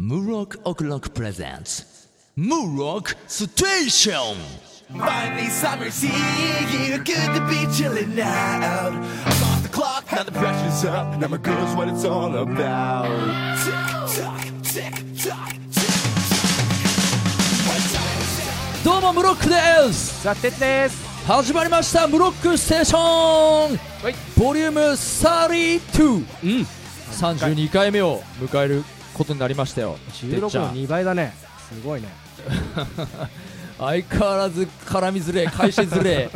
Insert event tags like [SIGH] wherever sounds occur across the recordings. Murok O'Clock presents Murok Station! Finally, summer here. Good to be chilling out. I'm off the clock, now the pressure's up. Now my girl's what it's all about. Tick tock, tick tock, tick. どうもムロックですザ・テツです始まりましたムロックステーションはいボリューム32うん32回目を迎えることになりましたよ16てっちゃのん2倍だねすごいね相変わらず絡みづれ返しづ [LAUGHS] れ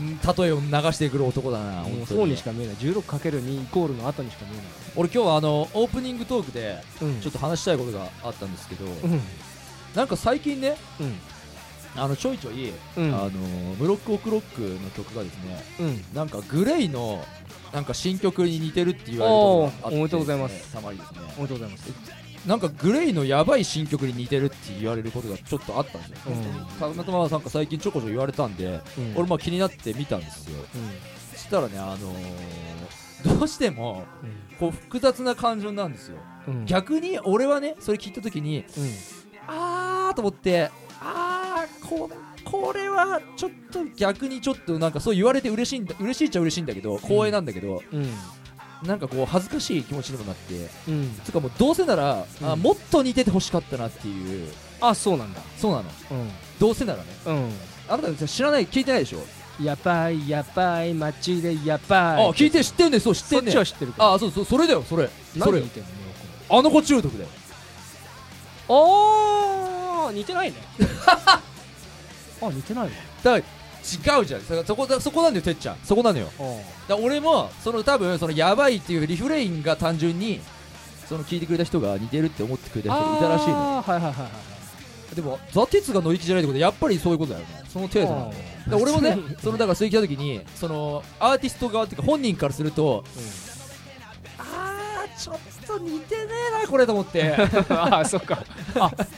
うん例えを流してくる男だなもう本そう当ににしか見えない 16×2 イコールの後にしか見俺今日はあのオープニングトークでえないうんちょっと話したいことがあったんですけど、うんなんか最近ねうんあのちょいちょい、うあんのムロック・オクロックの曲がですねうんなんかグレイのなんか新曲に似てるって言われることがあっておーおめでとうございますたまにですねおめでとうございますなんかグレイのやばい新曲に似てるって言われることがちょっとあったんですよ、たまたまなんか最近ちょこちょこ言われたんで、うん俺も気になって見たんですようんそしたらねあのーどうしてもこう複雑な感情なんですよ、うんうん逆に俺はねそれ聞いた時にうんあーと思ってあーここれはちょっと逆にちょっとなんかそう言われて嬉しいんだ嬉しいっちゃ嬉しいんだけど光栄なんだけど、うんなんかこう恥ずかしい気持ちにもなってうんつうかもうどうせなら、あうんもっと似ててほしかったなっていうあそうなんだそうなのうどうせならねんうんあなた知らない聞いてないでしょ、やばいやばい街でやばいあ聞いて知ってんねそう知ってそっんねちは知ってるけどあそうそうそれだよそれそ何れ似てんのあの子中毒だよあー似てないね [LAUGHS] あ似てないねだから違うじゃんそそこだそこなんだよてっちゃんそこなのよあーだ俺もその多分そのやばいっていうリフレインが単純にその聞いてくれた人が似てるって思ってくれた人がいたらしいのあーはいはいはいはいでもザ・テツが乗り気じゃないってことはやっぱりそういうことだよねその程度なのだから俺も [LAUGHS] ねそのだからそれ聞いた時にそのアーティスト側っていうか本人からするとあーちょっと似てねえなこれと思って [LAUGHS] ああそっかあい [LAUGHS]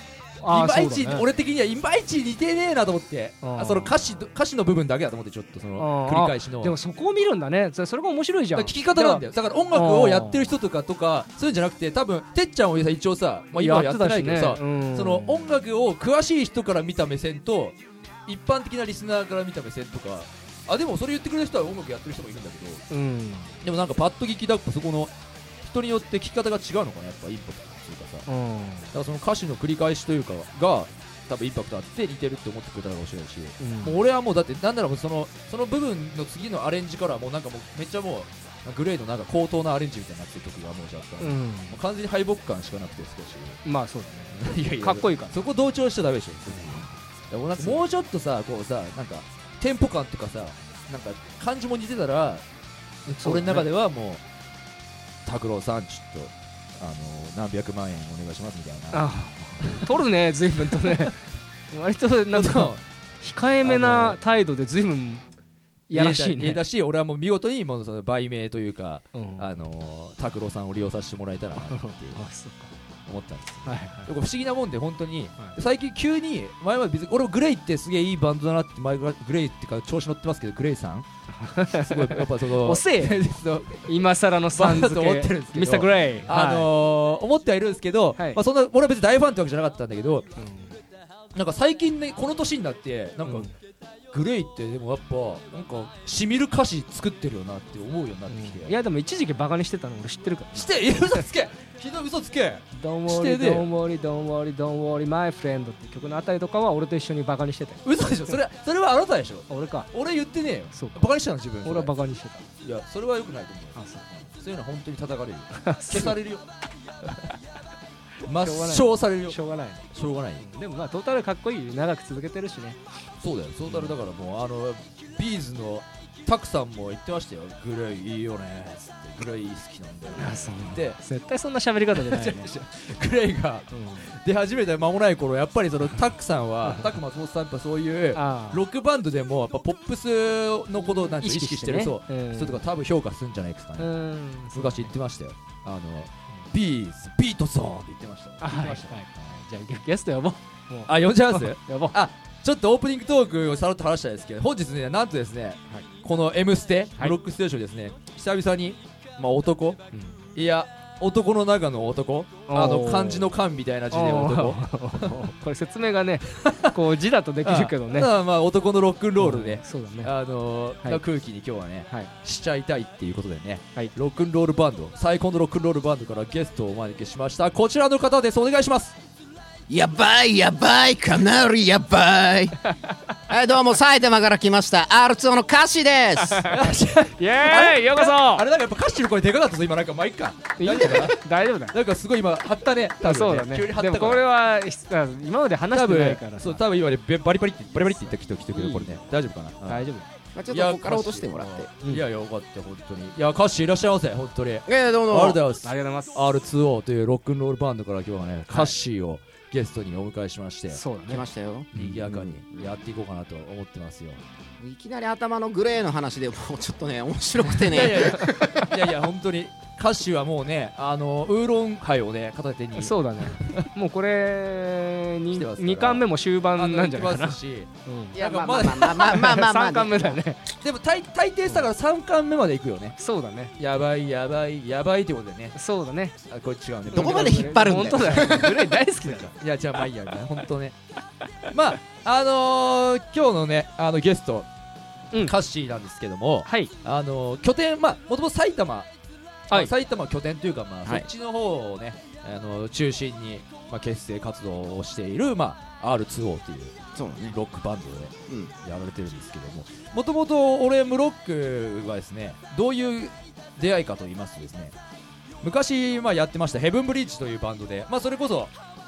あまいち、そうだね俺的にはいまいち似てねえなと思ってあーあその歌詞歌詞の部分だけだと思ってちょっとそのあー繰り返しのでもそこを見るんだねそれそれが面白いじゃんだから聞き方なんだよよだから音楽をやってる人とかとかそういうんじゃなくて多分てっちゃんをさ一応さ、まあ、今はやってないけどさ、その音楽を詳しい人から見た目線と一般的なリスナーから見た目線とかあでもそれ言ってくれる人は音楽やってる人もいるんだけどうんでもなんかパッと聞きだとそこの人によって聞き方が違うのかなやっぱインパクトっていうかさだうんからその歌詞の繰り返しというかが多分インパクトあって似てるって思ってくれたかもしれないしもう俺はもうだってなんならもうそのその部分の次のアレンジからはもうなんかもうめっちゃもうグレーのなんか高等なアレンジみたいになってる時がもうじゃあった、うもんう完全に敗北感しかなくてまあそうだ少し [LAUGHS] いやいねやかっこいいからそこ同調しちゃダメでしょ別にもうなんかもうちょっとさこうさなんかテンポ感とかさなんか感じも似てたら、そう俺だねの中ではもう拓郎さんちょっとあの何百万円お願いしますみたいなあ取るね随分と [LAUGHS] ね割となんか控えめあなの態度で随分やらしい家ねだし俺はもう見事にもうその売名というかうんあのー拓郎さんを利用させてもらえたらなって [LAUGHS] いうあそっ思ったんですよかはいはでいこれ不思議なもんで本当には最近急に前まで別に俺もグレイってすげえいいバンドだなって前からグレイっていうか調子乗ってますけどグレイさ [LAUGHS] んすごいやっぱその遅え [LAUGHS] その今更のさん付まあと思ってるんけですけどミスターグレイあのー思ってはいるんですけどはいまあそんな俺は別に大ファンってわけじゃなかったんだけどはいなんか最近ねこの年になってなんうかんグレイってでもやっぱなんかしみる歌詞作ってるよなって思うようになってきうんていやでも一時期バカにしてたの俺知ってるからしていや嘘つけひどい嘘つけ「Don't して worry, ね don't worry, don't worry, don't worry, my friend」って曲のあたりとかは俺と一緒にバカにしてたよ嘘でしょそれそれはあなたでしょあ俺か俺言ってねえよそうかバカにしたの自分俺はバカカにしてたいやそれはよくないと思あうそうそういうのは本当に叩か [LAUGHS] れるよ消消され [LAUGHS] るよ抹しょうがない消されるよしょうがないねしょうがないうんでもまあトータルかっこいい長く続けてるしねそうだよトータルだからもうあのビーズのタクさんも言ってましたよグレイいいよねっつってグレイ好きなんだよねそうで絶対そんな喋り方じゃな [LAUGHS] いよねグレイがうん出始めて間もない頃やっぱりそ [LAUGHS] のタクさんはタク松本さんやっぱそういうああロックバンドでもやっぱポップスのことをなんて意識してるそううん人とか多分評価するんじゃないですかねうん昔言ってましたよあのビーズビートソンって言ってました言あっはていはまいしたじゃあゲスト呼ぼうあ呼んじゃいます呼ぼうあちょっとオープニングトークをさらっと話したいですけど本日ねなんとですね、この「M ステ」はいブロックステーションですね、久々に、まあ、男うんいや男の中の男あのおー漢字の漢みたいな字で男 [LAUGHS] 男これ説明がねこう字だとできるけどねああまあまあ男のロックンロールで、そうだねあのーはいな空気に今日はね、はいしちゃいたいっていうことでね、はいロックンロールバンド最高のロックンロールバンドからゲストをお招きしましたこちらの方ですお願いしますやばいやばいかなりやば [LAUGHS] いはいどうも埼玉から来ました R2 の歌詞です [LAUGHS] イエーイようこあそれなんかやっぱ歌詞の声でかかったぞ今なんか毎回いいんだよ大丈夫だよなんかすごい今張ったね多分ねそうだね急に張ったでもこかられはひあ今まで話多してない分からそうさ多分今ねべバリバリってバリバリって言った人来てくれるこれね大丈夫かな、うん大丈夫まあちょっいとやここから落としてもらって歌詞うんいやいやよかった本当にいや歌詞いらっしゃいませ本当にあいりやいやどうがもとうございますありがとうございま R2O というロックンロールバンドから今日はね、カッシーをゲストにお迎えしましてす、そうだ来ねましたよ賑やかにやっていこうかなと思ってますよ。いきなり頭のグレーの話でもうちょっとね面白くていやいねやいや、いやいや、本当に、カッシーはもうね、あのウーロン杯をね、片手に、そう [LAUGHS] だねもうこ来れてますから2巻目も終あ盤のなんじゃな行いかきまなすし、うんいやなまんあかまあまあまあまあまあまあ3巻目だねでも大大抵だから3巻目まで行くよね。そうだねやばい、やばい、やばいってことでね、そうだねあこれ違うね。どこまで引っ張るんだよ本当だよグレー大好きだよいや、じゃあまあいいや、みたいな本当ね。まあ、あのー、今日のね、あのゲスト、うんカッシーなんですけども、はいあの拠点、まあ、もともと埼玉、まあ埼玉拠点というか、まあはいそっちの方をね、あの中心に、まあ、結成活動をしている、まあ、R2O というそうだねロックバンドで、うんやられてるんですけども、もともと俺、ムロックはですね、どういう出会いかと言いますとですね、昔、まあ、やってました、ヘブンブリッジというバンドで、まあ、それこそ、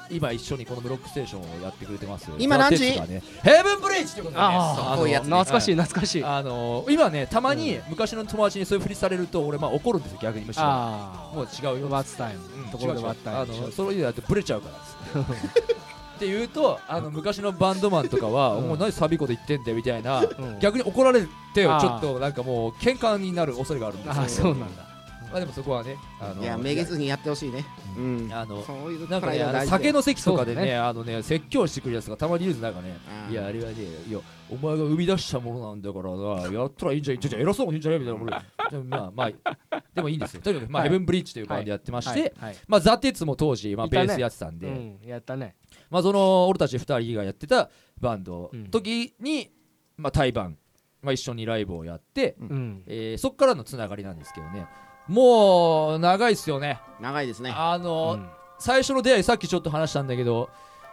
今一緒にこのムロックステーションをやってくれてます。今何時ザテツがねヘブンブリッジということでね、あああのこういうやつね懐かしい懐かしいああのー今ねたまに昔の友達にそういうふりされると俺まあ怒るんですよ逆にむしろあもう違うよワッツタイムうんところで違う違うワッツタイあムのそういうのやってブレちゃうからっつってって言うとあの昔のバンドマンとかは「うんもう何サビこと言ってんだよ」みたいなうん逆に怒られてちょあーっとなんかもう喧嘩になる恐れがあるんですあよあそうなんだまあでもそこはねあのいやめげずにやってほしいねうんあのそういうなんプかライねドあの大事酒だよの席とかでそうねあのね説教してくるやつがたまにいるんですなんかねあーいやあれはねいやお前が生み出したものなんだからなやったらいいんじゃんいいんじゃん偉そうに言うんじゃねえみたいな俺でもまあまあでもいいんですよとにかくまあはヘいブンブリッジというバンドやってまして、はいはいまあ、ザ・テツも当時、まあ、いベたねースやってたんでうんやったねまあ、その俺たち2人がやってたバンドうん時に、まあ、対バン、まあ、一緒にライブをやって、うんえーそっからのつながりなんですけどねもう長いっすよね長いですねあの、うん最初の出会いさっきちょっと話したんだけど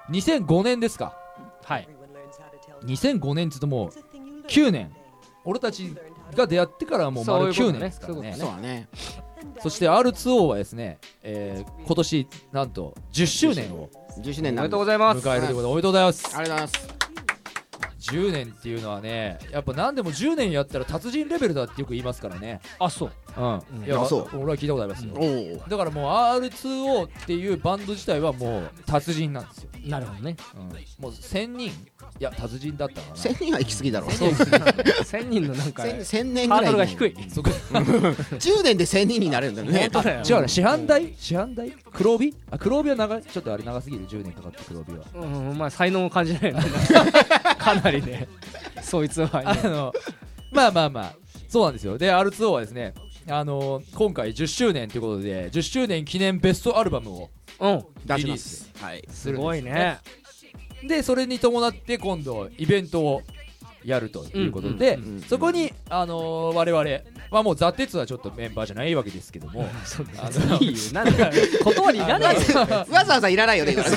2005年ですかはい2005年っつうともう9年俺たちが出会ってからもう丸そうい9うこと年ねですからねそうだねそして R2O はですね、えー今年なんと10周年を10周お年めなでんとでうあごりざ迎いますえるということでおめでとうございますがとうございます10年っていうのはねやっぱ何でも10年やったら達人レベルだってよく言いますからねあそううんうんいやあそう俺は聞いたことありますよ、おおだからもう R2O っていうバンド自体はもう達人なんですよ、なるほどねうんもう1000人いや達人だったかな1000人は行き過ぎだろそうですね1000人のなんか1000 1000年ぐハらーいドルが低いそこ10年で1000人になれるんだよね本当だよ違うね市販代市販代黒帯あ黒帯は長いちょっとあれ長すぎる10年かかって黒帯はうん、まあ才能を感じない [LAUGHS] なかなりねそいつは [LAUGHS] あねのまあまあまあそうなんですよで R2O はですねあの今回10周年ということで10周年記念ベストアルバムをうん出リしリーまスすはいすするんですごいねでそれに伴って今度イベントをやるということで、うんうんうんそこに、あのー我々、まあ、もう「ザ・テツはちょっとメンバーじゃないわけですけども [LAUGHS] そうねあのいいよなんか断りいらな [LAUGHS] いよわざわざいらないよね今ね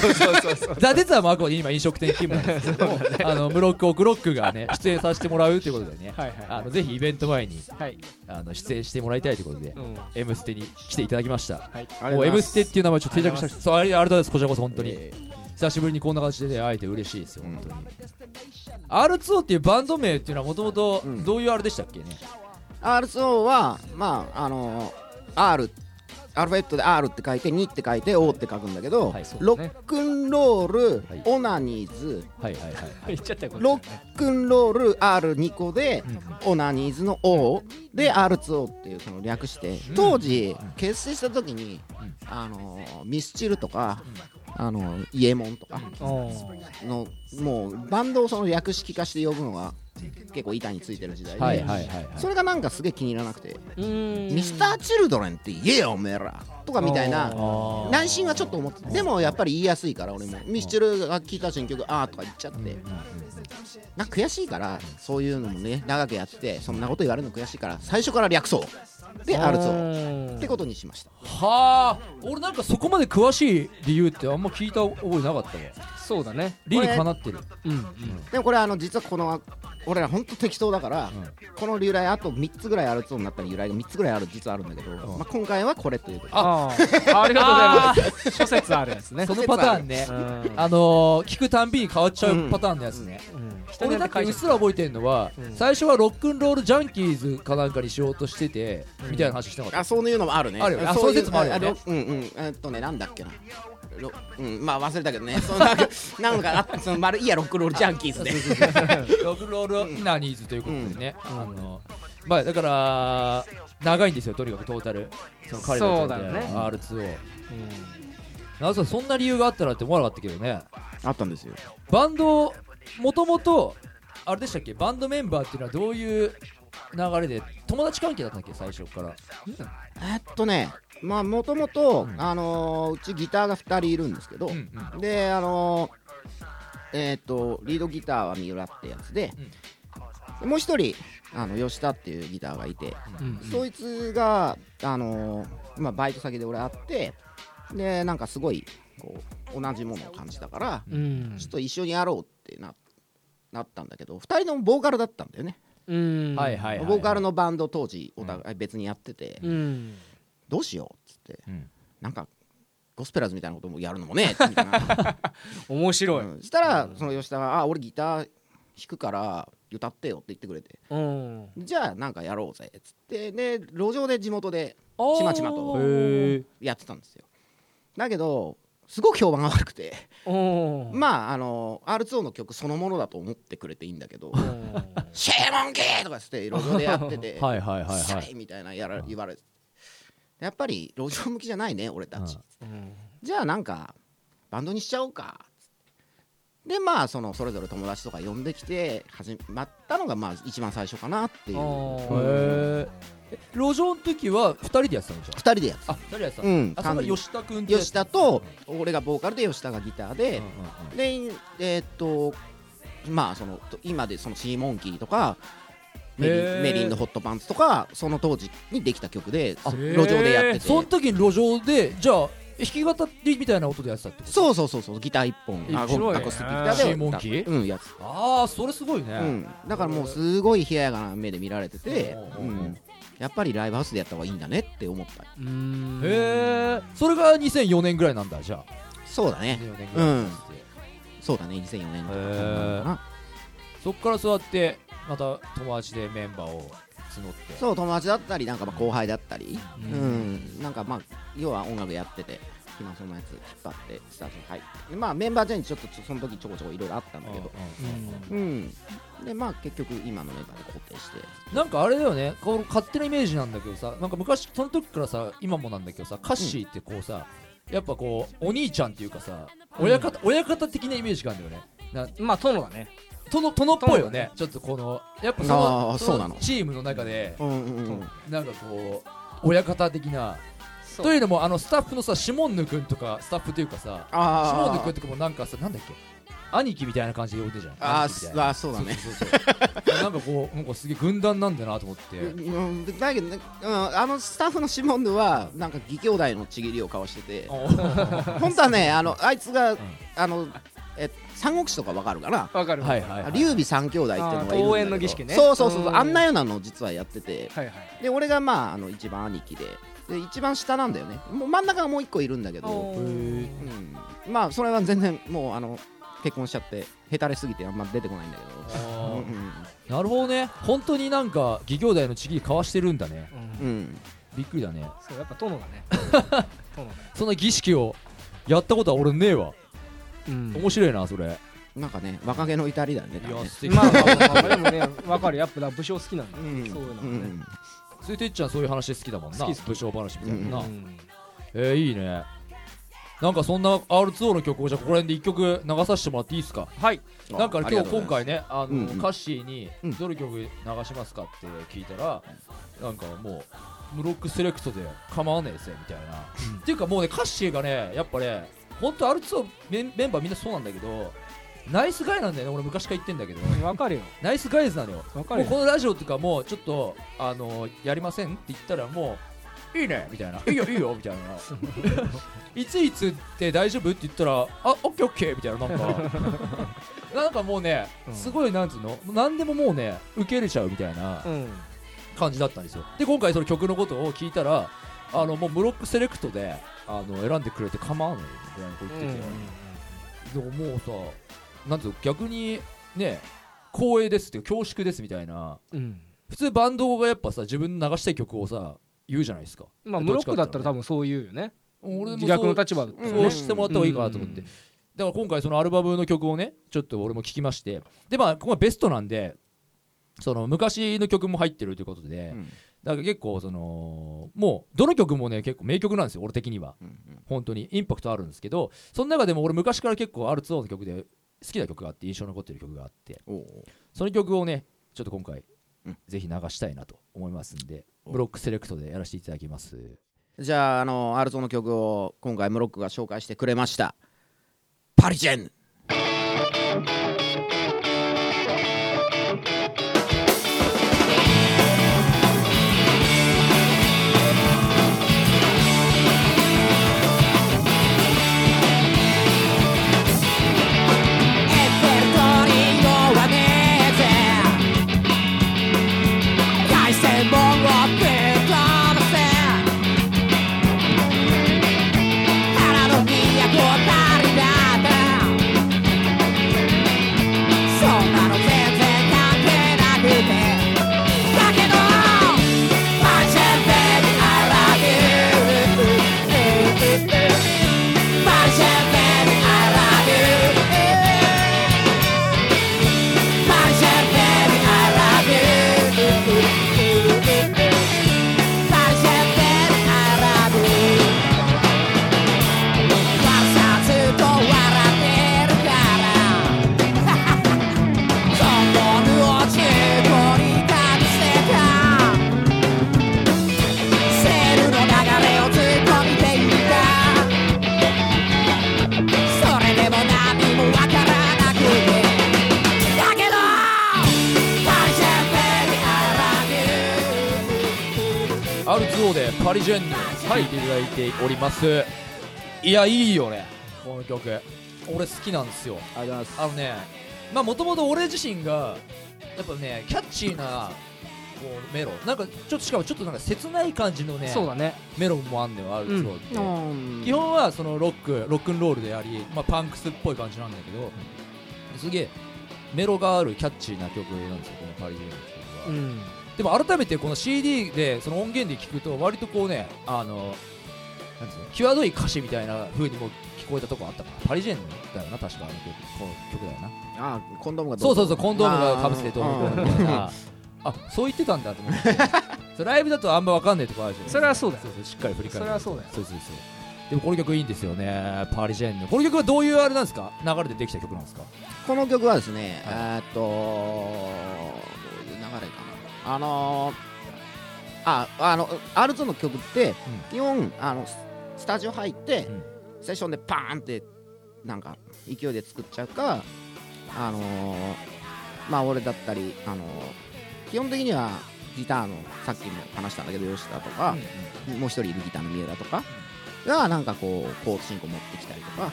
「ザ・テツはまああくまで今飲食店勤務なんですけども、あのムロック・オクロックがね出演させてもらうということでねはいはいあのぜひイベント前にはい、あの出演してもらいたいということでうん、 「M ステ」に来ていただきましたはいもう M ステっていう名前ちょっと定着しありがとうございたまそうありありがとうございますこちらこそ本当に、え久しぶりにこんな形で会えて嬉しいですようん本当に、R2O っていうバンド名っていうのはもともとうんどういうあれでしたっけね、 R2O はまああの R アルファベットで R って書いて2って書いて O って書くんだけど、はいそうロッだねクンロール、はいオナニーズはいはいはい言っちゃったよこれロックンロール R2 個で、オナニーズの O で R2O っていうその略して、ん当時結成した時に、んあのミスチルとか、あのイエモンとかうんのもうバンドをその略式化して呼ぶのが結構板についてる時代で、はいはいはいはいそれがなんかすげえ気に入らなくて。うーんミスター・チルドレンって言えよ、おめえら。とかみたいなあ内心はちょっと思ってたでもやっぱり言いやすいから俺もミスチルが聴いた新曲ああとか言っちゃってなんか悔しいからそういうのもね長くやってそんなこと言われるの悔しいから最初から略そうでアルツをってことにしましたはあ俺なんかそこまで詳しい理由ってあんま聞いた覚えなかったねそうだね理にかなってるうんうんでもこれあの実はこの俺らほんと適当だから、この由来あと3つぐらいアルツオになったら由来が3つぐらいある実はあるんだけど、まあ、今回はこれということあーありがとうございます諸説あるやつねそのパターンねうんあのー聞くたんびに変わっちゃうパターンのやつね、うん俺だってうっすら覚えてるのは、うん最初はロックンロールジャンキーズかなんかにしようとしてて、みたいな話してなかっあそういうのもあるねあるよねあそういう説もあるよねあうんうんえっとねなんだっけなロうんまあ忘れたけどね [LAUGHS] そうなんかなんかあその丸いいやロックロールジャンキーズ [LAUGHS] でたロックンロールイナニーズということでね、あのーまあだから長いんですよとにかくトータルその彼らそうだよね R2 をなぜそんな理由があったらって思わなかったけどねあったんですよバンドもともとあれでしたっけバンドメンバーっていうのはどういう流れで友達関係だったんだっけ最初からえっとねまあもともとんあのーうちギターが2人いるんですけど、うんうんであのーえっとリードギターは三浦ってやつで、でもう一人あの吉田っていうギターがいて、うんそいつが、あのーまあ、バイト先で俺会ってでなんかすごいこう同じものを感じたから、うんちょっと一緒にやろうってななったんだけど2人ともボーカルだったんだよね、うんはいはいはいはいボーカルのバンド当時お互い別にやってて、うんどうしようっつって、うんなんかゴスペラーズみたいなこともやるのもねみたい [LAUGHS] な、面白いうんしたらその吉田が「あ俺ギター弾くから歌ってよ」って言ってくれてうん「じゃあなんかやろうぜ」っつってで路上で地元でちまちまとへやってたんですよだけどすごく評判が悪くて、うんまああの R2O の曲そのものだと思ってくれていいんだけど「シェーモンキー!」とかつって路上でやっててえ [LAUGHS] はいはいはいさはえいみたいなやら言われてやっぱり路上向きじゃないね俺たち、じゃあなんかバンドにしちゃおうかでまあそのそれぞれ友達とか呼んできて始まったのがまあ一番最初かなっていう2へーえ路上の時は2人でやってたのじゃ人でやってたあ二人でやってたうのんあそ完れ全がに吉田君ってやつ吉田と俺がボーカルで吉田がギターでうんうんうんでえーっとまあそのと今でそのシーモンキーとかメリンへーメリンのホットパンツとかその当時にできた曲であ路上でやっててその時に路上でじゃあ弾き語りみたいなことでやってたってことそうそうそうそうギター一本面あ白いゴねアコースティックギターでシーモンキーうんやつああそれすごいね、うん、だからもうすごい冷ややかな目で見られててううんん、やっぱりライブハウスでやった方がいいんだねって思ったうんへえそれが2004年ぐらいなんだじゃあそうだね2004年ぐうらい、んそうだね2004年とかへだーったかなそっから座ってまた友達でメンバーを募ってそう友達だったりなんかまあ後輩だったりううんん、なんかまあ要は音楽やってて今そのやつ引っ張ってスタジオ入ってまあメンバーチェンジちょっとちょその時ちょこちょこいろいろあったんだけどうんうんでまあ結局今のメンバーで固定してなんかあれだよねこの勝手なイメージなんだけどさなんか昔その時からさ今もなんだけどさカッシーってこうさ、やっぱこうお兄ちゃんっていうかさ親方,、親方的なイメージがあるんだよねまあ殿だね殿殿っぽいよねちょっとこのやっぱそのあーそのそうなのチームの中でうんうんうんなんかこう親方的なそうというのもあのスタッフのさシモンヌ君とかスタッフというかさシモンヌあ君とかもなんかさなんだっけ兄貴みたいな感じで呼んでるじゃんあー兄貴みたいなあーそうだねそうそうそう [LAUGHS] なんかこうなんかすげえ軍団なんだなと思ってうん、だけどね、うん、あのスタッフのシモンヌはなんか義兄弟のちぎりを交わしてて本当はねあのあいつが、あのえ三国志とかわかるかな [LAUGHS] わかるはいはいはい劉備三兄弟っていうのがいるんだけあーど応援の儀式ねそうそうそうそううんあんなようなのを実はやっててはいはいで俺がまああの一番兄貴でで一番下なんだよねもう真ん中がもう一個いるんだけど、ーうん、まあそれは全然もうあの結婚しちゃってへたれすぎてあんま出てこないんだけどうんあーなるほどね本当になんか義兄弟のちぎり交わしてるんだねうんうんびっくりだねそうやっぱ殿だ [LAUGHS] ね殿だねそんな儀式をやったことは俺ねえわ面白いなそれいやなんかね若気の至りだよね多分ね素敵ままああまあまあでもねわかるやっぱ武将好きなんだうよんそういうのうもねん [LAUGHS] それてっちゃんそういう話好きだもんな好き好き武将話みたいなな、うんえー、いいねなんかそんな R2O の曲をじゃあここら辺で一曲流させてもらっていいですかはいなんかあり今が日とうございま今す回ねあの、うんうん歌詞にうんどの曲流しますかって聞いたら、なんかもうムロックセレクトで構わねえぜみたいな、っていうかもうねカッシーがねやっぱね本当アルツオメンメンバーみんなそうなんだけどナイスガイなんだよね俺昔から言ってんだけどわかるよナイスガイズなのよわもかるうよこのラジオとかもうちょっとあのやりませんって言ったらもういいねみたいないいよいいよみたいな [LAUGHS] いついつって大丈夫って言ったらあオッケーオッケーみたいななん [LAUGHS] かなんかもうねうんすごいなんつうの何でももうね受け入れちゃうみたいなうん感じだったんですよで今回その曲のことを聞いたらあのもうムロックセレクトであの選んでくれて構わないみたいなこと言ってて、でももうさなんていうの逆にね光栄ですっていうか恐縮ですみたいなうん普通バンドがやっぱさ自分の流したい曲をさ言うじゃないですかまあどムっロちかッっていうとねクだったら多分そう言うよね俺もそう逆の立場だったらそうねしてもらった方がいいかなと思って、うんだから今回そのアルバムの曲をねちょっと俺も聞きましてでまあここはベストなんでその昔の曲も入ってるということで、うんだから結構そのもうどの曲もね結構名曲なんですよ俺的にはうん本当にインパクトあるんですけどその中でも俺昔から結構 R2 の曲で好きな曲があって印象に残ってる曲があっておうその曲をねちょっと今回、うんぜひ流したいなと思いますんでおブロックセレクトでやらせていただきますじゃああのアルゾの曲を今回ムロックが紹介してくれましたパリジェンエッフェル塔にを上げて凱旋門をぶっ飛ばせ腹の都たりだってそんなの全然関係なくてだけど I just think I love you Yeah. セールの流れをずっと見ていたそれでも何もわからなくてだけど「パリジェンベリー I love you」 R2 でパリジェンヌ入っていただいておりますいやいいよねこの曲俺好きなんですよありがとうございますあのねまあもともと俺自身がやっぱねキャッチーなこうメロなんかちょっとしかもちょっとなんか切ない感じのねそうだねメロンもあんのよ R2 って、うん基本はそのロックロックンロールであり、まあ、パンクスっぽい感じなんだけどすげえメロがあるキャッチーな曲なんですよこの「パリジェンヌ」っていうのは、うんでも改めてこの CD でその音源で聞くと割とこうねあのなんつうの際どい歌詞みたいな風にも聞こえたとこあったからパリジェンヌだよな確かあの曲この曲だよなあコンドームがどそうそうそうコンドームがかぶせてどうあのこうのみたいなあそう言ってたんだと思ってそうライブだとあんま分かんないとこあるじゃんそれはそうだよそうしっかり振り返るそれはそうだよそうそうそうでもこの曲いいんですよねパリジェンヌこの曲はどういうあれなんですか流れでできた曲なんですかこの曲はですね、はいえーっとどういう流れかなあのー、ああの R2 の曲って、基本あのススタジオ入って、うんセッションでパーンってなんか勢いで作っちゃうかあのー、まあ俺だったりあのー基本的にはギターのさっきも話したんだけど吉田とか、もう一人いるギターの三浦とかがなんかこうコード進行持ってきたりとか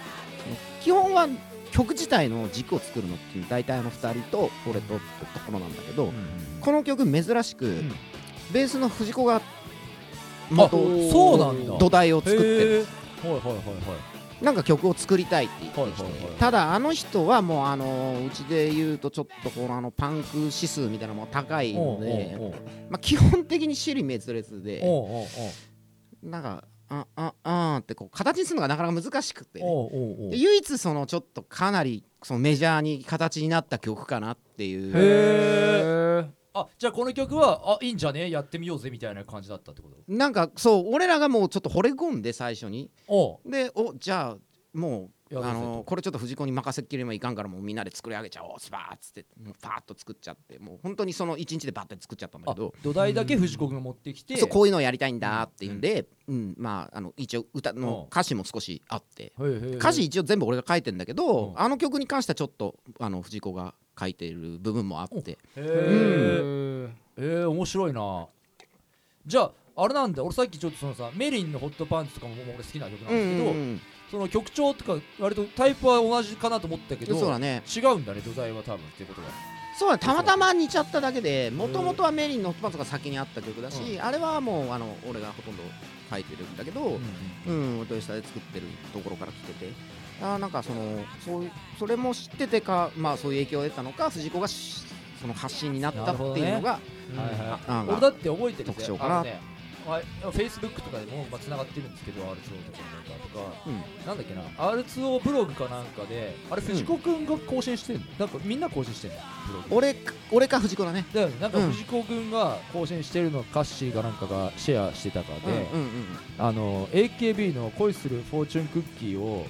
基本は曲自体の軸を作るのって大体あの2人と俺とってところなんだけど、この曲珍しく、んベースの藤子があ元をそうなんだ土台を作ってへーはいはいはいはいなんか曲を作りたいって言ってきて、はいはいはいただあの人はもうあのうちで言うとちょっとこのあのパンク指数みたいなのも高いのでおうおうまあ、基本的に尻滅裂で。おうおうなんかあああーってこう形にするのがなかなか難しくて、ね、おうおうおうおうで唯一そのちょっとかなりそのメジャーに形になった曲かなっていうへえあじゃあこの曲はあいいんじゃねやってみようぜみたいな感じだったってことなんかそう俺らがもうちょっと惚れ込んで最初におうでおじゃあもいやうあどうせのこれちょっと藤子に任せっきりにもいかんからもうみんなで作り上げちゃおうスパーッつってもうパーッと作っちゃってもう本当にその一日でバッて作っちゃったんだあけど土台だけ藤子が持ってきてそうこういうのをやりたいんだっていうんで、うんまああの一応歌うんの歌詞も少しあってへーへー歌詞一応全部俺が書いてんだけど、うんあの曲に関してはちょっとあの藤子が書いてる部分もあってへえーえー、面白いなじゃああれなんだ俺さっきちょっとそのさメリンの「ホットパンツ」とかももう俺好きな曲なんうんですけど、うんうんその曲調とか割とタイプは同じかなと思ったけどそうだね違うんだね土台は多分っていうことがそうだねたまたま似ちゃっただけでもともとはメリンのパンツが先にあった曲だし、あれはもうあの俺がほとんど書いてるんだけど、うん、豊下で作ってるところから来てて。あーなんかそのそういうそれも知っててか、まあ、そういう影響を得たのか藤子がしその発信になったっていうのが、はいはいあ俺だって覚えてるぜ特徴かなあのねフェイスブックとかでもまあ繋がってるんですけど R2O とかうんなんだっけな R2O ブログかなんかであれ藤子くんが更新してんのなんかみんな更新してんのブログ俺か俺か藤子だねだよねなんかうん藤子くんが更新してるのをカッシーかなんかがシェアしてたかで、うんうんうん、あの AKB の恋するフォーチュンクッキーを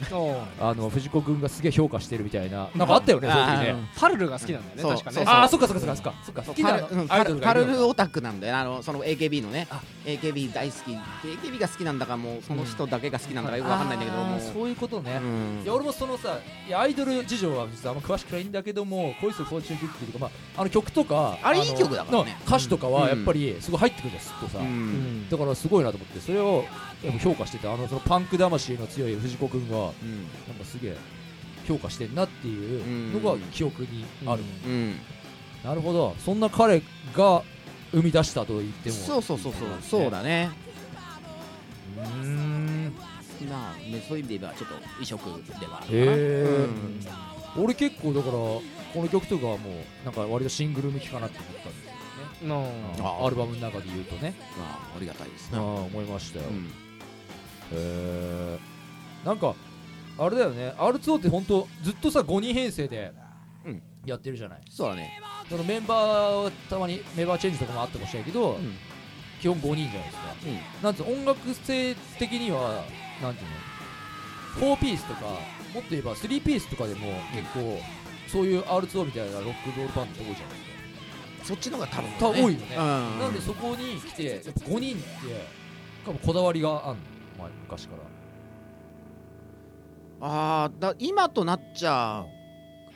あの藤子くんがすげえ評価してるみたいななんかあったよねうんその時ねうんパルルが好きなんだよそうね確かねそうああそっかそっかそっかそっかそっか好きなパルうんアイドルがパいるルのルかオタクなんだよねあのその AKB のねあ AKB 大好き AKB が好きなんだかもうその人だけが好きなんだかよくわかんないんだけどあーもうそういうことね、うんいや俺もそのさいやアイドル事情は実はあんま詳しくないんだけども「恋するフォーチュンクッキー」とか、まあ、あの曲とかあれのいい曲だからねの歌詞とかはやっぱりすごい入ってくるんですっとさ、うんだからすごいなと思ってそれをやっぱ評価しててあのそのパンク魂の強い藤子くんがうんなんかすげえ評価してんなっていうのが記憶にある、うんなるほどそんな彼が生み出したと言ってもそうそうそうそうそうだねうーんまあねそういう意味で言えばちょっと異色ではあるへかなえ、うん俺結構だからこの曲とかはもうなんか割とシングル向きかなって思ったんですよねのあアルバムの中で言うとねまあありがたいですああな思いましたよ、うへんえなんかあれだよね R2O って本当ずっとさ5人編成でうんやってるじゃない、そうだねそのメンバーはたまにメンバーチェンジとかもあったかもしれないけど、ん基本5人じゃないですかうんなんつうの音楽性的にはなんていうの4ピースとかもっと言えば3ピースとかでも結構そういう R2O みたいなロックロールバンドって多いじゃないですかそっちの方が多分多分多いよね、うんなんでそこに来てやっぱ5人って多分こだわりがあるの前昔からあーだ今となっちゃ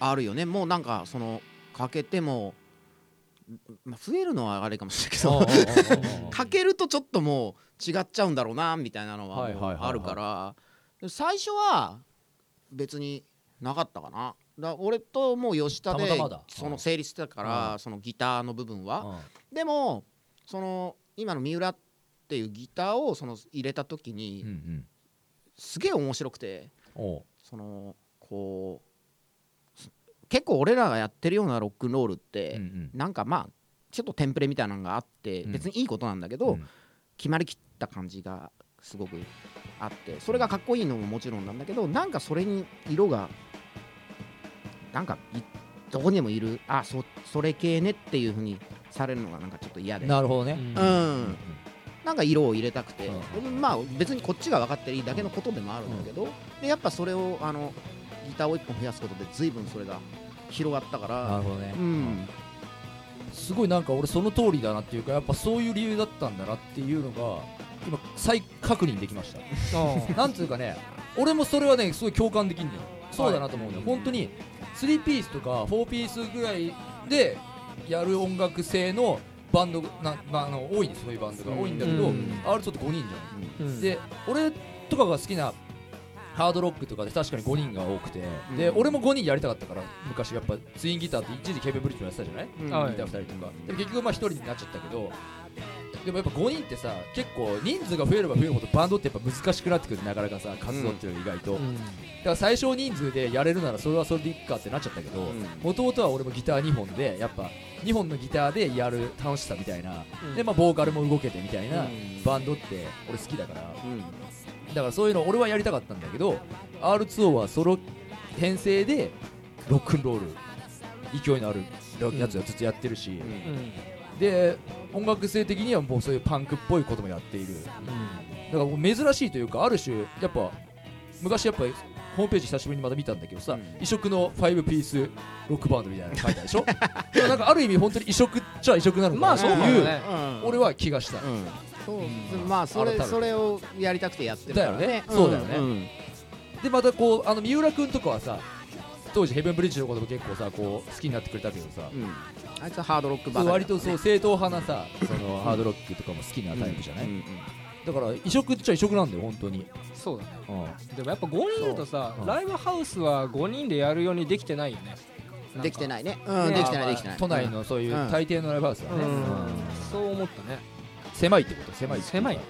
あるよねもうなんかそのかけても、まあ、増えるのはあれかもしれないけどかけるとちょっともう違っちゃうんだろうなみたいなのははいはいはいはいあるからで最初は別になかったかなだ俺ともう吉田でたまたまだその成立してたから、うそのギターの部分は、 [LAUGHS] あでもその今の三浦っていうギターをその入れた時に、うんうんすげえ面白くて。おうそのこうす結構俺らがやってるようなロックンロールって、うんうんなんかまあちょっとテンプレみたいなのがあって、うん別にいいことなんだけど、うん決まりきった感じがすごくあってそれがかっこいいのももちろんなんだけどなんかそれに色がなんかいどこにでもいるあそそれ系ねっていうふうにされるのがなんかちょっと嫌で。なるほどね、ううんん、なんか色を入れたくて、うまあ別にこっちが分かってるだけのことでもあるんだけど、でやっぱそれをあのギターを1本増やすことで随分それが広がったかならるほどね、うんすごいなんか俺その通りだなっていうかやっぱそういう理由だったんだなっていうのが今再確認できましたなんつうかね俺もそれはねすごい共感できんのよそうだなと思うのよ、本当に3ピースとか4ピースぐらいでやる音楽性のバンドな、まあ、あの多いんですそういうバンドが多いんだけど、うん R ちょっと5人じうゃん、んで俺とかが好きなハードロックとかで確かに5人が多くて、うんで俺も5人やりたかったから昔やっぱツインギターって一時ケーブブリッジもやってたじゃない、はギター2人とかで結局まあ1人になっちゃったけどでもやっぱ5人ってさ結構人数が増えれば増えるほどバンドってやっぱ難しくなってくるなかなかさ活動っていうのは意外と、だから最小人数でやれるならそれはそれでいっかってなっちゃったけどうんもともとは俺もギター2本でやっぱ2本のギターでやる楽しさみたいな、うんでまあボーカルも動けてみたいな、うんバンドって俺好きだからうんだからそういうの俺はやりたかったんだけど R2O はソロ編成でロックンロール勢いのあるやつをずっとやってるし、で音楽性的にはもうそういうパンクっぽいこともやっているだからもう珍しいというかある種やっぱ昔やっぱホームページ久しぶりにまた見たんだけどさ、うん異色の5ピースロックバンドみたいなの書いてあるでしょでもなんかある意味本当に異色っちゃ異色なのかなまあってそいうう、かもねうん俺は気がした、うんそうまあそれ改めてそれをやりたくてやってるからだよねねそうだよねんでまたこうあの三浦君とかはさ当時ヘブンブリッジのことも結構さこう好きになってくれたけどさ、うんうんあいつはハードロックそバうカ割とそう正統派なさそのハードロックとかも好きなタイプじゃない、うんうんだから異色っちゃ異色なんだよ本当に、そうだねうんでもやっぱ5人いるとさそううんライブハウスは5人でやるようにできてないよねできていないねうんねできてないできてない都内のそういううん大抵のライブハウスはね、うんうんそう思ったね狭いってこと狭いっていうか狭いうんだ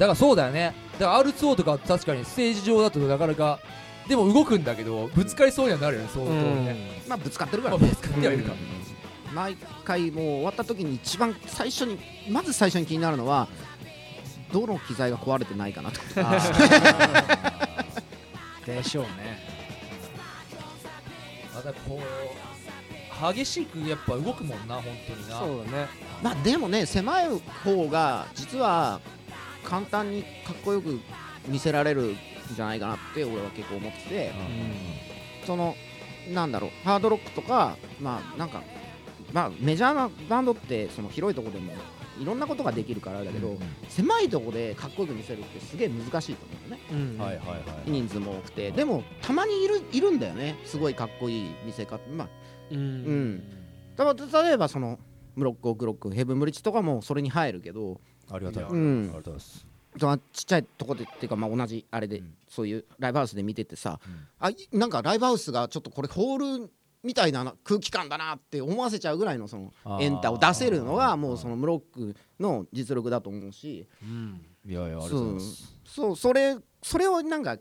からそうだよねだから R2O とか確かにステージ上だとなかなかでも動くんだけどぶつかりそうにはなるよね相当ね、まあぶつかってるかまあらぶねつかってはいるか毎回もう終わった時に一番最初にまず最初に気になるのはどの機材が壊れてないかなとでしょうね [LAUGHS] またこう激しくやっぱ動くもんな本当になそうだね [LAUGHS] まあでもね狭い方が実は簡単にかっこよく見せられるんじゃないかなって俺は結構思っててそのなんだろうハードロックとかまあなんかまあメジャーなバンドってその広いとこでもいろんなことができるからだけど、狭いとこでかっこよく見せるってすげえ難しいと思うのねうんはいはいはい人数も多くてでもたまにいるいるんだよねすごいかっこいい見せ方まあうんうんただ例えばそのムロックオクロックヘブンブリッジとかもそれに入るけどありがたい、うんありがとうございますそのちっちゃいとこでっていうかまあ同じあれで、うんそういうライブハウスで見ててさ、うんあいなんかライブハウスがちょっとこれホールみたいな空気感だなって思わせちゃうぐらいのそのあーエンタを出せるのあーがもうそのムロックの実力だと思うしうんいやいやありがとうございますそうそれそれをなんか突き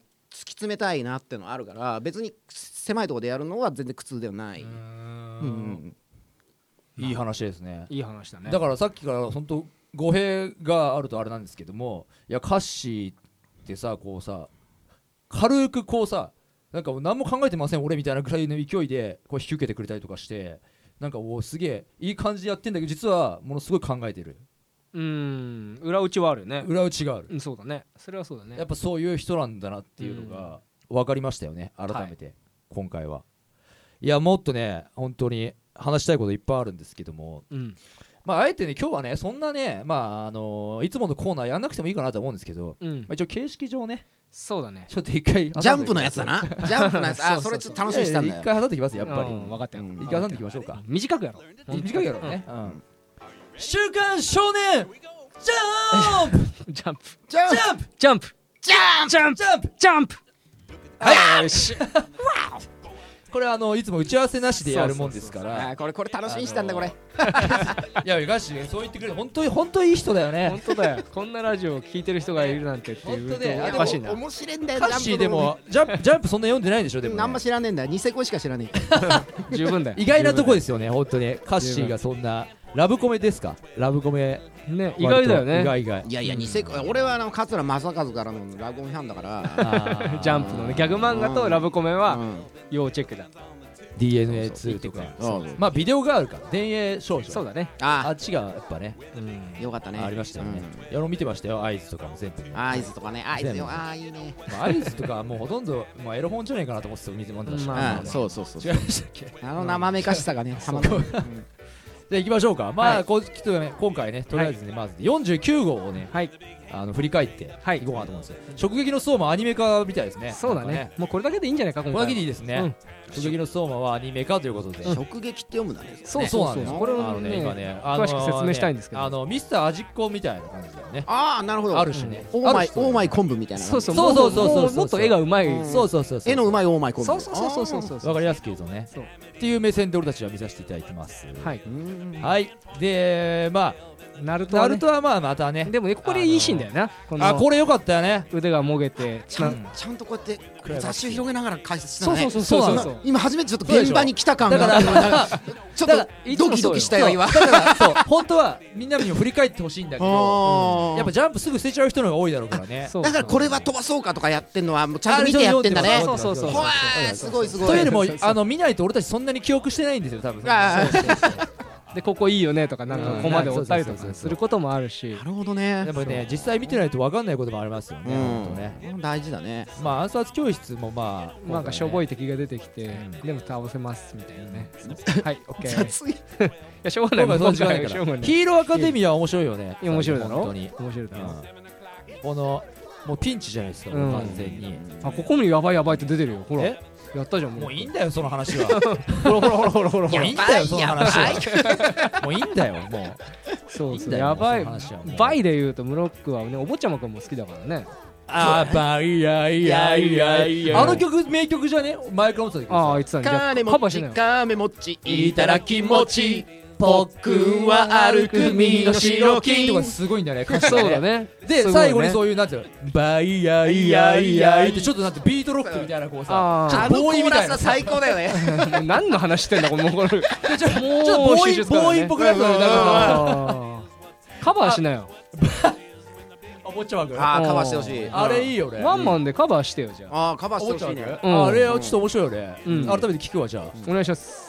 詰めたいなってのはあるから別に狭いとこでやるのは全然苦痛ではない、うんうんいい話ですねいい話だねだからさっきから本当語弊があるとあれなんですけどもいやカッシーってさこうさ軽くこうさなんかもう何も考えてません俺みたいなぐらいの勢いでこう引き受けてくれたりとかしてなんかおーすげえいい感じでやってんだけど実はものすごい考えてるうん裏打ちはあるよね裏打ちがあるうんそうだねそれはそうだねやっぱそういう人なんだなっていうのが分かりましたよね改めて今回はいやもっとね本当に話したいこといっぱいあるんですけどもうんまあ、あえてね、今日はね、そんなね、まあ、あのーいつものコーナーやんなくてもいいかなと思うんですけど、うんまあ、一応形式上ね、そうだねちょっと一ジ回、ャンプのやつだっなジャンプのやつあそれちょっと楽しみにしたんだ一よ回挟んできます、やっぱうん分かったようんり。一回挟んできましょうか。短くやろう短いやろうね。うん週刊少年ジャ [LAUGHS] ンプジャンプジャンプジャンプジャンプジャンプジャンプジャンプジャンプはいよしこれあのいつも打ち合わせなしでやるもんですかあらーこれこれ楽しみにしたんだこれいやいやガッシーそう言ってくれる本当に本当にいい人だよ本ね当だよこんなラジオを聞いてる人がいるなんてっていう本当ねとあおでもかしいな面白いんだよガッシーでもジャンプジャンプそんな読んでないでしょでもね何も知らねえんだよニセコしか知らねえ十分だよ意外なとこですよね本当にカッシーがそんなラブコメですかラブコメね意外だよ割とね意外意外いやいやニセコ俺はあの桂正和からのラブコメファンだからジャンプのねギャグ漫画とラブコメうはん要チェックだ DNA2 とかそうそうまあビデオガールか電影少女そうだねああっちがやっぱねうんよかったねありましたよね、いや俺見てましたよ合図とかも全部、うんまあ、あー合図とかね合図全よ部あーいいね合図とかはもうほとんど、まあ、エロ本じゃないかなと思って見てもらってました、うんまあままああーまあそうそうそう違いましたっけじあの生めかしさがねたまんないゃあ行きましょうかまあ、はいこうちょっとね今回ねとりあえずね、まず49号をねはいあの振り返ってはいいこうかなと思うんですよ、直撃の相馬アニメ化みたいですねそうだなんかねもうこれだけでいいんじゃないか今これだけ回でいいですね、直撃の相馬はアニメ化ということで、直撃って読むんだねそうそうなそんですうそうよこれあをのねね今ね詳しく説明したいんですけどあのねあのミスター味っ子みたいな感じだよねああなるほどあるしねオーマイある種オーマイ昆布みたいなそうそうそうそうそうそうもももっと絵がうまいうんそうそうそうそう絵のうまいオーマイ昆布そうそうそうそうそうそうわかりやすく言うとねそうっていう目線で俺たちは見させていただいてますはいうんはいでまナルあトナはルねトはまあまたねでもねここでいいシーンだよなこあのこれよかったよね腕がもげてちゃんちゃんとこうやって雑誌広げながら解説したそのうねそうそうそうそうそなうのそう今初めてちょっと現場に来た感だがからなんかちょだっかいとつもそうよドキドキしたそよう今だからそう本当はみんなにも振り返ってほしいんだけど [LAUGHS] あーやっぱジャンプすぐ捨てちゃう人の方が多いだろうからねそうだからこれは飛ばそうかとかやってんのはもうちゃんと見てやってんだねあれちょっとそうそうそうほわーすごいすごいというよりもそうそうそうあの見ないと俺たちそんなに記憶してないんですよ多分あーそうそうそうでここいいよねとかなんかうんここまで追ったりとそうそうそうそかうすることもあるしなるほどね [LAUGHS] でもね実際見てないと分かんないこともありますよね、ほんとねうん大事だねまあ暗殺教室もまあなんかしょぼいい敵が出てきてでも倒せますみたいなねはい [LAUGHS] OK い雑いやしょうがない今回そもううじゃないかしらょうがないヒーローアカデミアは面白いよねいや面白いだろ本当に、面白いだうろんこのもうピンチじゃないですか、うん完全にあここにやばいやばいって出てるよほらやえったじゃんもういいんんだよその [LAUGHS] 話はほらほらほらほらほらいいんだよその話はもういいんだよもうそういいそんうだよやばいもうその話はもうバイで言うとムロックはねお坊ちゃまくんも好きだからねあばいやいやいやいやあの曲名曲じゃね前から思ってたけああど言ってたねじゃカあーネモカバーッしチなよカーメモッチさいいたただだききももちち僕は歩く身の白金ととかかすごいんだよねそうだ [LAUGHS] ねですごいね最後にそういうなんていうのバイヤイヤイヤイってちょっとなんてビートロックみたいなこうさあーちょっあとのコボーイーみたラいスなはさ最高だよねもう何の話してんだこのこ [LAUGHS] れちょっともうちょっとボー手イ術だねボーイっぽくなるのよなんかあーカバーしなよさおもちゃ枠ああカバーしてほしいあれいいよねワンマンでカバーしてよじゃあああカバーしおてもほちゃしい枠ねうんあれはちょっと面白いよねうん改めて聞くわじゃあお願いします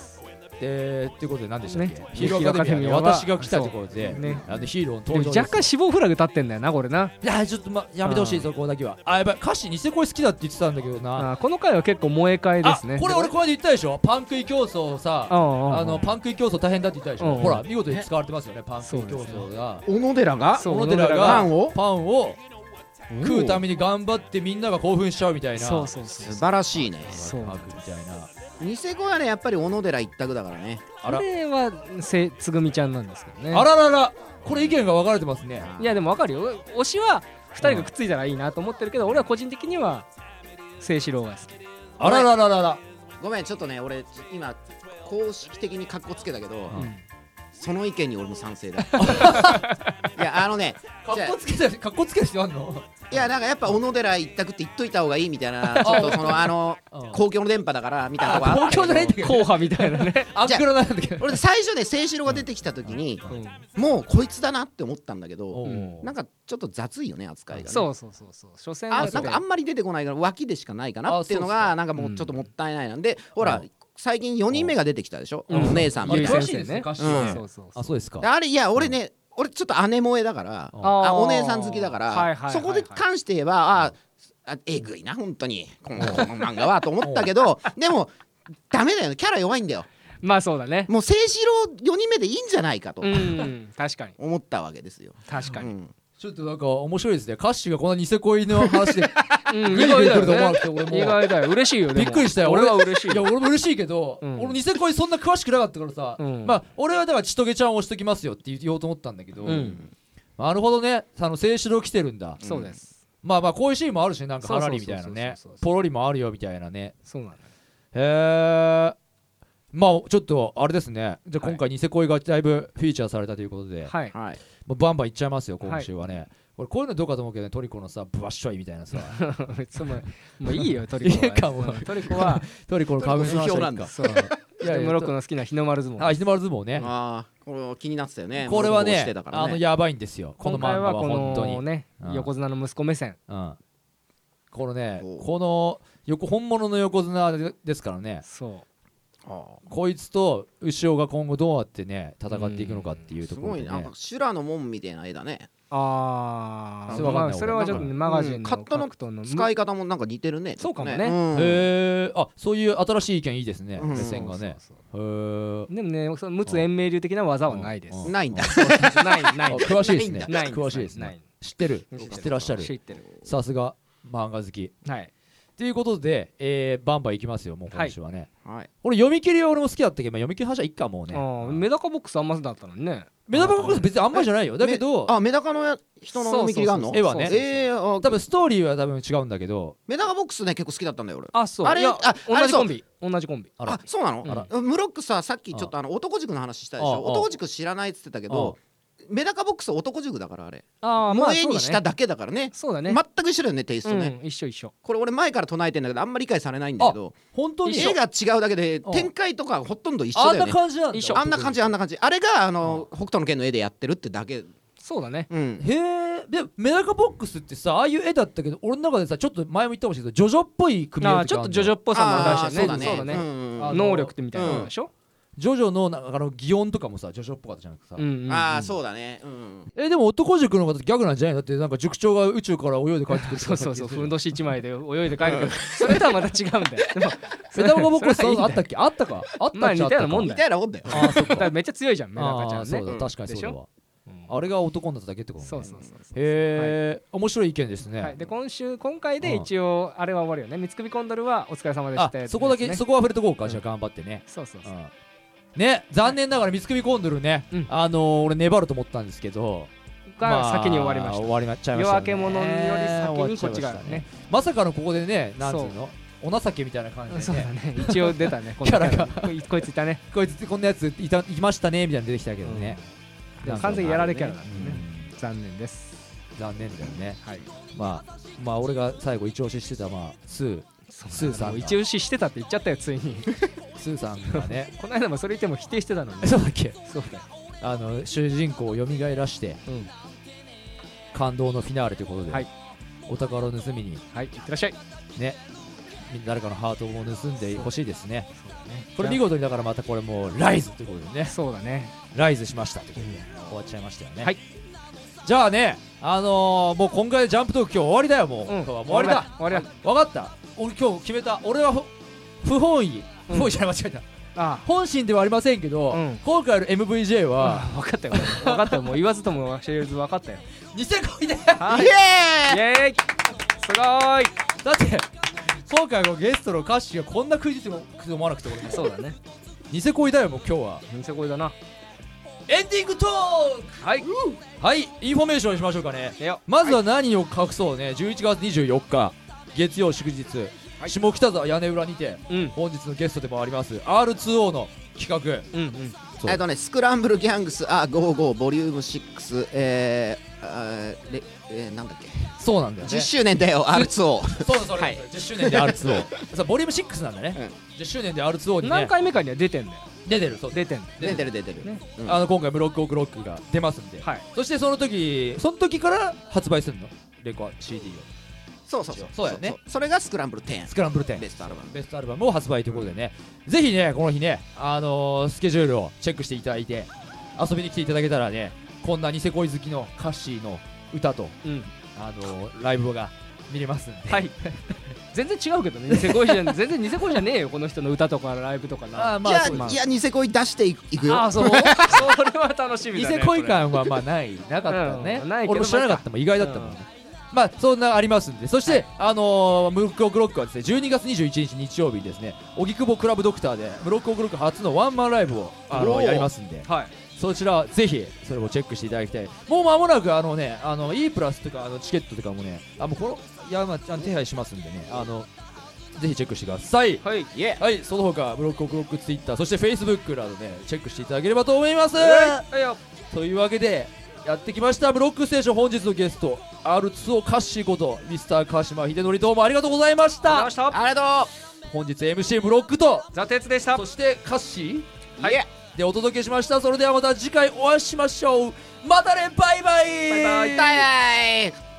えーっていうことで何でしたっけねヒーローアカデミーヒーローアカデミーは私が来たところでねあのヒーローので登も場若です干死亡フラグ立ってんだよなこれないやちょっとまやめてほしいうんそこだけはあやばい歌詞ニセ恋好きだって言ってたんだけどなあーこの回は結構萌え会であすねこれ俺この間言ったでしょパン食い競争さあーあのパン食い競争大変だって言ったでしうんょうんほら見事に使われてますよねパン食い競争が小野寺がそう小野寺がパンをパンを食うために頑張ってみんなが興奮しちゃうみたいなそうそうそう素晴らしいねそうワクワクみたいなニセコはねやっぱり小野寺一択だからねああられはせつぐみちゃんなんですけどねあらららこれ意見が分かれてますねいやでもわかるよ推しは2人がくっついたらいいなと思ってるけど俺は個人的には清志郎が好きあらららららごめんちょっとね俺今公式的に格好つけたけどうんその意見に俺も賛成だいやあのねかっじゃあこつけたかっこつける必要あんのいやなんかやっぱ小野寺一択って言っといた方がいいみたいなちょっとそのあのうん公共の電波だからみたいなとこあ東ったけど京じゃないんだけ硬ど派みたいなね [LAUGHS] アンクロなんだけど俺最初ね清志郎が出てきた時にうんもうこいつだなって思ったんだけどおうなんかちょっと雑いよね扱いがねそうそうそうそう所詮あはなんかあんまり出てこないから脇でしかないかなっていうのあがなんかもうちょっともったいないなんでほら最近4人目が出てきたでしょおうん姉さんあみれたいなゆう詳先しい生ですねね歌詞うんそうそうそうあそうですかであれいや俺ね、俺ちょっと姉萌えだからああーあお姉さん好きだから、はいはいはいはいそこで関して言えばあーあえぐいな本当にこのこの漫画はと思ったけどでもダメだよねキャラ弱いんだよまあそうだねもう清志郎4人目でいいんじゃないかとうん確かに思ったわけですよ、確 [LAUGHS] かうにんちょっとなんか面白いですね歌詞がこんなニセ恋の話でうんグイ意グイ外来だると思わよなくねて俺も意外だよ嬉しいよでもびっくりしたよ俺は嬉しいいや俺も嬉しいけどうん俺ニセ恋そんな詳しくなかったからさうんまあ俺はだからちとげちゃんを押しときますよって言おうと思ったんだけどうんなるほどねあの青春を来てるんだそうですまあまあこういうシーンもあるしねなんかそうハそうラそうリそみうたいなねそうそうそうポロリもあるよみたいなねそうなんだへえまあちょっとあれですねじゃあ今回ニセ恋がだいぶフィーチャーされたということではいはい、もうバンバンいっちゃいますよ今週はね俺こういうのどうかと思うけどねトリコのさブワッショイみたいなさ別にも [LAUGHS] うもういいよトリコいいかはもうんトリコはトリコの株主の話不評なんだそういやいやムロックの好きな日の丸相撲あ日の丸相撲ねあーこれ気になってたよねこれはもう押しねてたからあのやばいんですよこの今漫回画ははこ本当にのねうん横綱の息子目線うんこのねおうこの横本物の横綱でですからねそあこいつと牛尾が今後どうやってね戦っていくのかっていうーとすころごでいねねなんか修羅の門みたいな絵だねうああそれわかんないそれはちょっとねうマガジンのカットの格闘の使い方もなんか似てるねそうかもねんへえあそういう新しい意見いいですねうん目線がねそうそうへえそうでもねその陸奥延命流的な技はないですうんないんだ [LAUGHS] ないなあい詳しいですねないんです詳しいですなねい知ってる知ってる知ってらっしゃ知るってるさすが漫画好きはいということでえーバンバンいきますよもう今週はねはい俺読み切りは俺も好きだったけどまあ読み切り話はいっかもうあねーメダカボックスあんまだったのにねメダカこそ別にあんまりじゃないよ [LAUGHS] だけどあメダカのや人の読み切りがあるのそうそうそう絵はねええあ多分ストーリーは多分違うんだけどメダカボックスね結構好きだったんだよ俺あそうあれいやああ同れじそうコンビ同じコンビあらあそうなのあらうんムロックささっきちょっとあの男塾の話したでしああょ男塾知らないっつってたけどメダカボックスは男塾だからあれああもまうあ絵そうにだしたねだけだからねそうだね全く一緒だよねテイストねうん一緒一緒これ俺前から唱えてんだけどあんまり理解されないんだけど本当に絵が違うだけでうん展開とかほとんど一緒あだんよなね感じなんだ一緒あんな感じあんな感じあれがあの北斗の拳の絵でやってるってだけそうだねうんへえでメダカボックスってさああいう絵だったけど俺の中でさちょっと前も言ったかもしれないけどジョジョっぽい組み合あわーせちょっとジョジョっぽさもあ出ーしてねそうだうんねうんうんあの能力ってみたいなことでしょジョジョのなんかあの擬音とかもさジョジョっぽかったじゃなくてさ、うんうんうんああそうだねうんえでも男塾の方ってギャグなんじゃないのだってなんか塾長が宇宙から泳いで帰ってくるそうそうそう、ふんどどし一枚で泳いで帰るけど、それとはまた違うんだよ。でも、メダボコボッそれはいいんだあよったっけあったかあったっちゃまああったか似たようなもんみたいなもんだよあーそっ [LAUGHS] だかからめっちゃ強いじゃ [LAUGHS] ん、メダカちゃあーんそねう。だ確かにそうだわうんあれが男になっただけってことねそうそうそう。へえ面白い意見ですね、はい、で今週今回で一応あれは終わるよね三つ首コンドルはお疲れ様でしあたやつですねそこだけ、そこは触れとこうか、うんじゃあ頑張ってね、そうそうう、そうんね残念ながら三つ首コンドルね、うんあのー、俺粘ると思ったんですけどが先に終わりました終わりまちゃいまし夜たね明け者により先にこっちがねまさかのここでねなんつうのお情けみたいな感じそでうねだね一応出たねこ [LAUGHS] のキャラがこいこいついたねこいつこんなやついたいましたねみたいなの出てきたけどね、なでもんか完全にやられキャラなんうでんね残念です残念だよねはいまあまあ俺が最後一押ししてたまあスースーさんが一押ししてたって言っちゃったよついにスーさんが [LAUGHS] ねこの間もそれ言っても否定してたのにそうだっけそうだよあの主人公を蘇らしてうん感動のフィナーレということで、はいお宝を盗みにはいいってらっしゃいねみんな誰かのハートを盗んでほしいですねこれ見見事にだからまたこれもうライズということでねそうだねライズしましたということで終わっちゃいましたよね、はいじゃあねあのーもう今回でジャンプトーク今日終わりだよもう、今日はもう終わりだ終わりだ終わ分かった俺今日決めた俺はほ不本意うん不本意じゃない間違えたりだあ本心ではありませんけど、うん今回の MVJ はあ分かったよ分かったよもう言わずとも知らず分かったよニセコイ [LAUGHS] だよはいイエーイエーイすごーいだって今回のゲストの歌手がこんな食いつくと思わなくて俺そうだねニセ恋だよもう今日はニセコイだなエンディングトーはいクはいインフォメーションしましょうかね出よまずは何を隠そうね11月24日月曜祝日、下北沢屋根裏にてううん本日のゲストでもあります R2O の企うんうんそうえっとね、スクランブルギャングス、あ、55、ボリューム6、えー、あーれえー、なんだっけ、画そうなんだよね10周年だよ、R2O。そうだそれ、はい10周年で [LAUGHS] R2O さボリューム6なんだね、10周年で R2O にね何回目かには出てんだよ出てるそう出てんだよ出て出てるる出てる。ねうんあの今回ブロックオクロックが出ますんで、はいそしてその時その時から発売するのレコア CD をそうそうそう。そうだよねそそれがスクランブル10ス、クランブル10ベストアルバム。ベストアルバムを発売ということでね、ぜひねこの日ねあのースケジュールをチェックしていただいて遊びに来ていただけたらねこんなニセ恋好きの歌詞の歌とうんあのーライブが見れますんで、はい [LAUGHS] 全然違うけどねニセコイじゃん全然ニセコイじゃねえよこの人の歌とかライブとかなあーじゃまあそうあ、まあいや、ニセ恋出していいくよ。あーそうそれは [LAUGHS] 楽しみニだねセ恋これ感はまあないなかったね、うんないけど俺も知らなかったもん意外だったもん、ねまあそんなありますんでそして、あのームロックオクロックはですね12月21日日曜日にですね荻窪クラブドクターでムロックオクロック初のワンマンライブをあのおーやりますんではいそちらはぜひそれもチェックしていただきたいもう間もなくあのねあの E プラスとかあのチケットとかもねあもうこの山ちゃん手配しますんでねあのぜひチェックしてくださいはいイエはいその他ブロックオクロックツイッターそしてフェイスブックなどねチェックしていただければと思います、はいよというわけでやってきましたブロックステーション本日のゲスト R2O カッシーことミスター川島秀則どうもありがとうございましありがとたうございましたありが本日 MC ブロックとザテツでしたそしてカッシとうイエーでお届けしましたそれではまた次回お会いしましょうまたねバイバイバイバイバイバイ